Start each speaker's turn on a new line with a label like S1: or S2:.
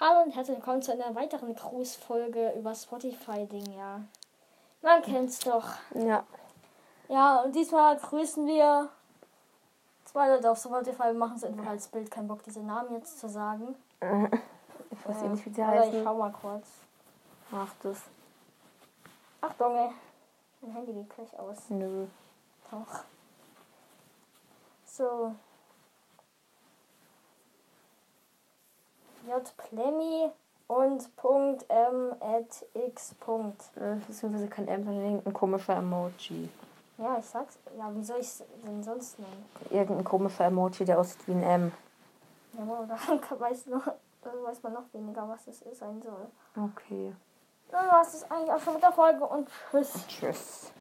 S1: Hallo und herzlich willkommen zu einer weiteren Grußfolge über Spotify-Ding, ja. Man kennt's doch.
S2: Ja.
S1: Ja, und diesmal grüßen wir zwei Leute auf Spotify. Wir machen es einfach als Bild. Kein Bock, diese Namen jetzt zu sagen. Äh,
S2: Ich weiß eh nicht, wie die
S1: Oder ich
S2: heißen.
S1: schau mal kurz.
S2: Mach das.
S1: Achtung, ey. Mein Handy geht gleich aus.
S2: Nö.
S1: Doch. So. jplemi und Punkt M at X. Punkt.
S2: Äh, Beziehungsweise kein M, sondern irgendein komischer Emoji.
S1: Ja, ich sag's. Ja, wie soll ich's denn sonst nennen?
S2: Irgendein komischer Emoji, der aussieht wie ein M.
S1: Ja, wow, da kann- weiß, noch, also weiß man noch weniger, was es sein soll.
S2: Okay.
S1: Dann war es eigentlich auch schon mit der Folge und tschüss.
S2: Tschüss.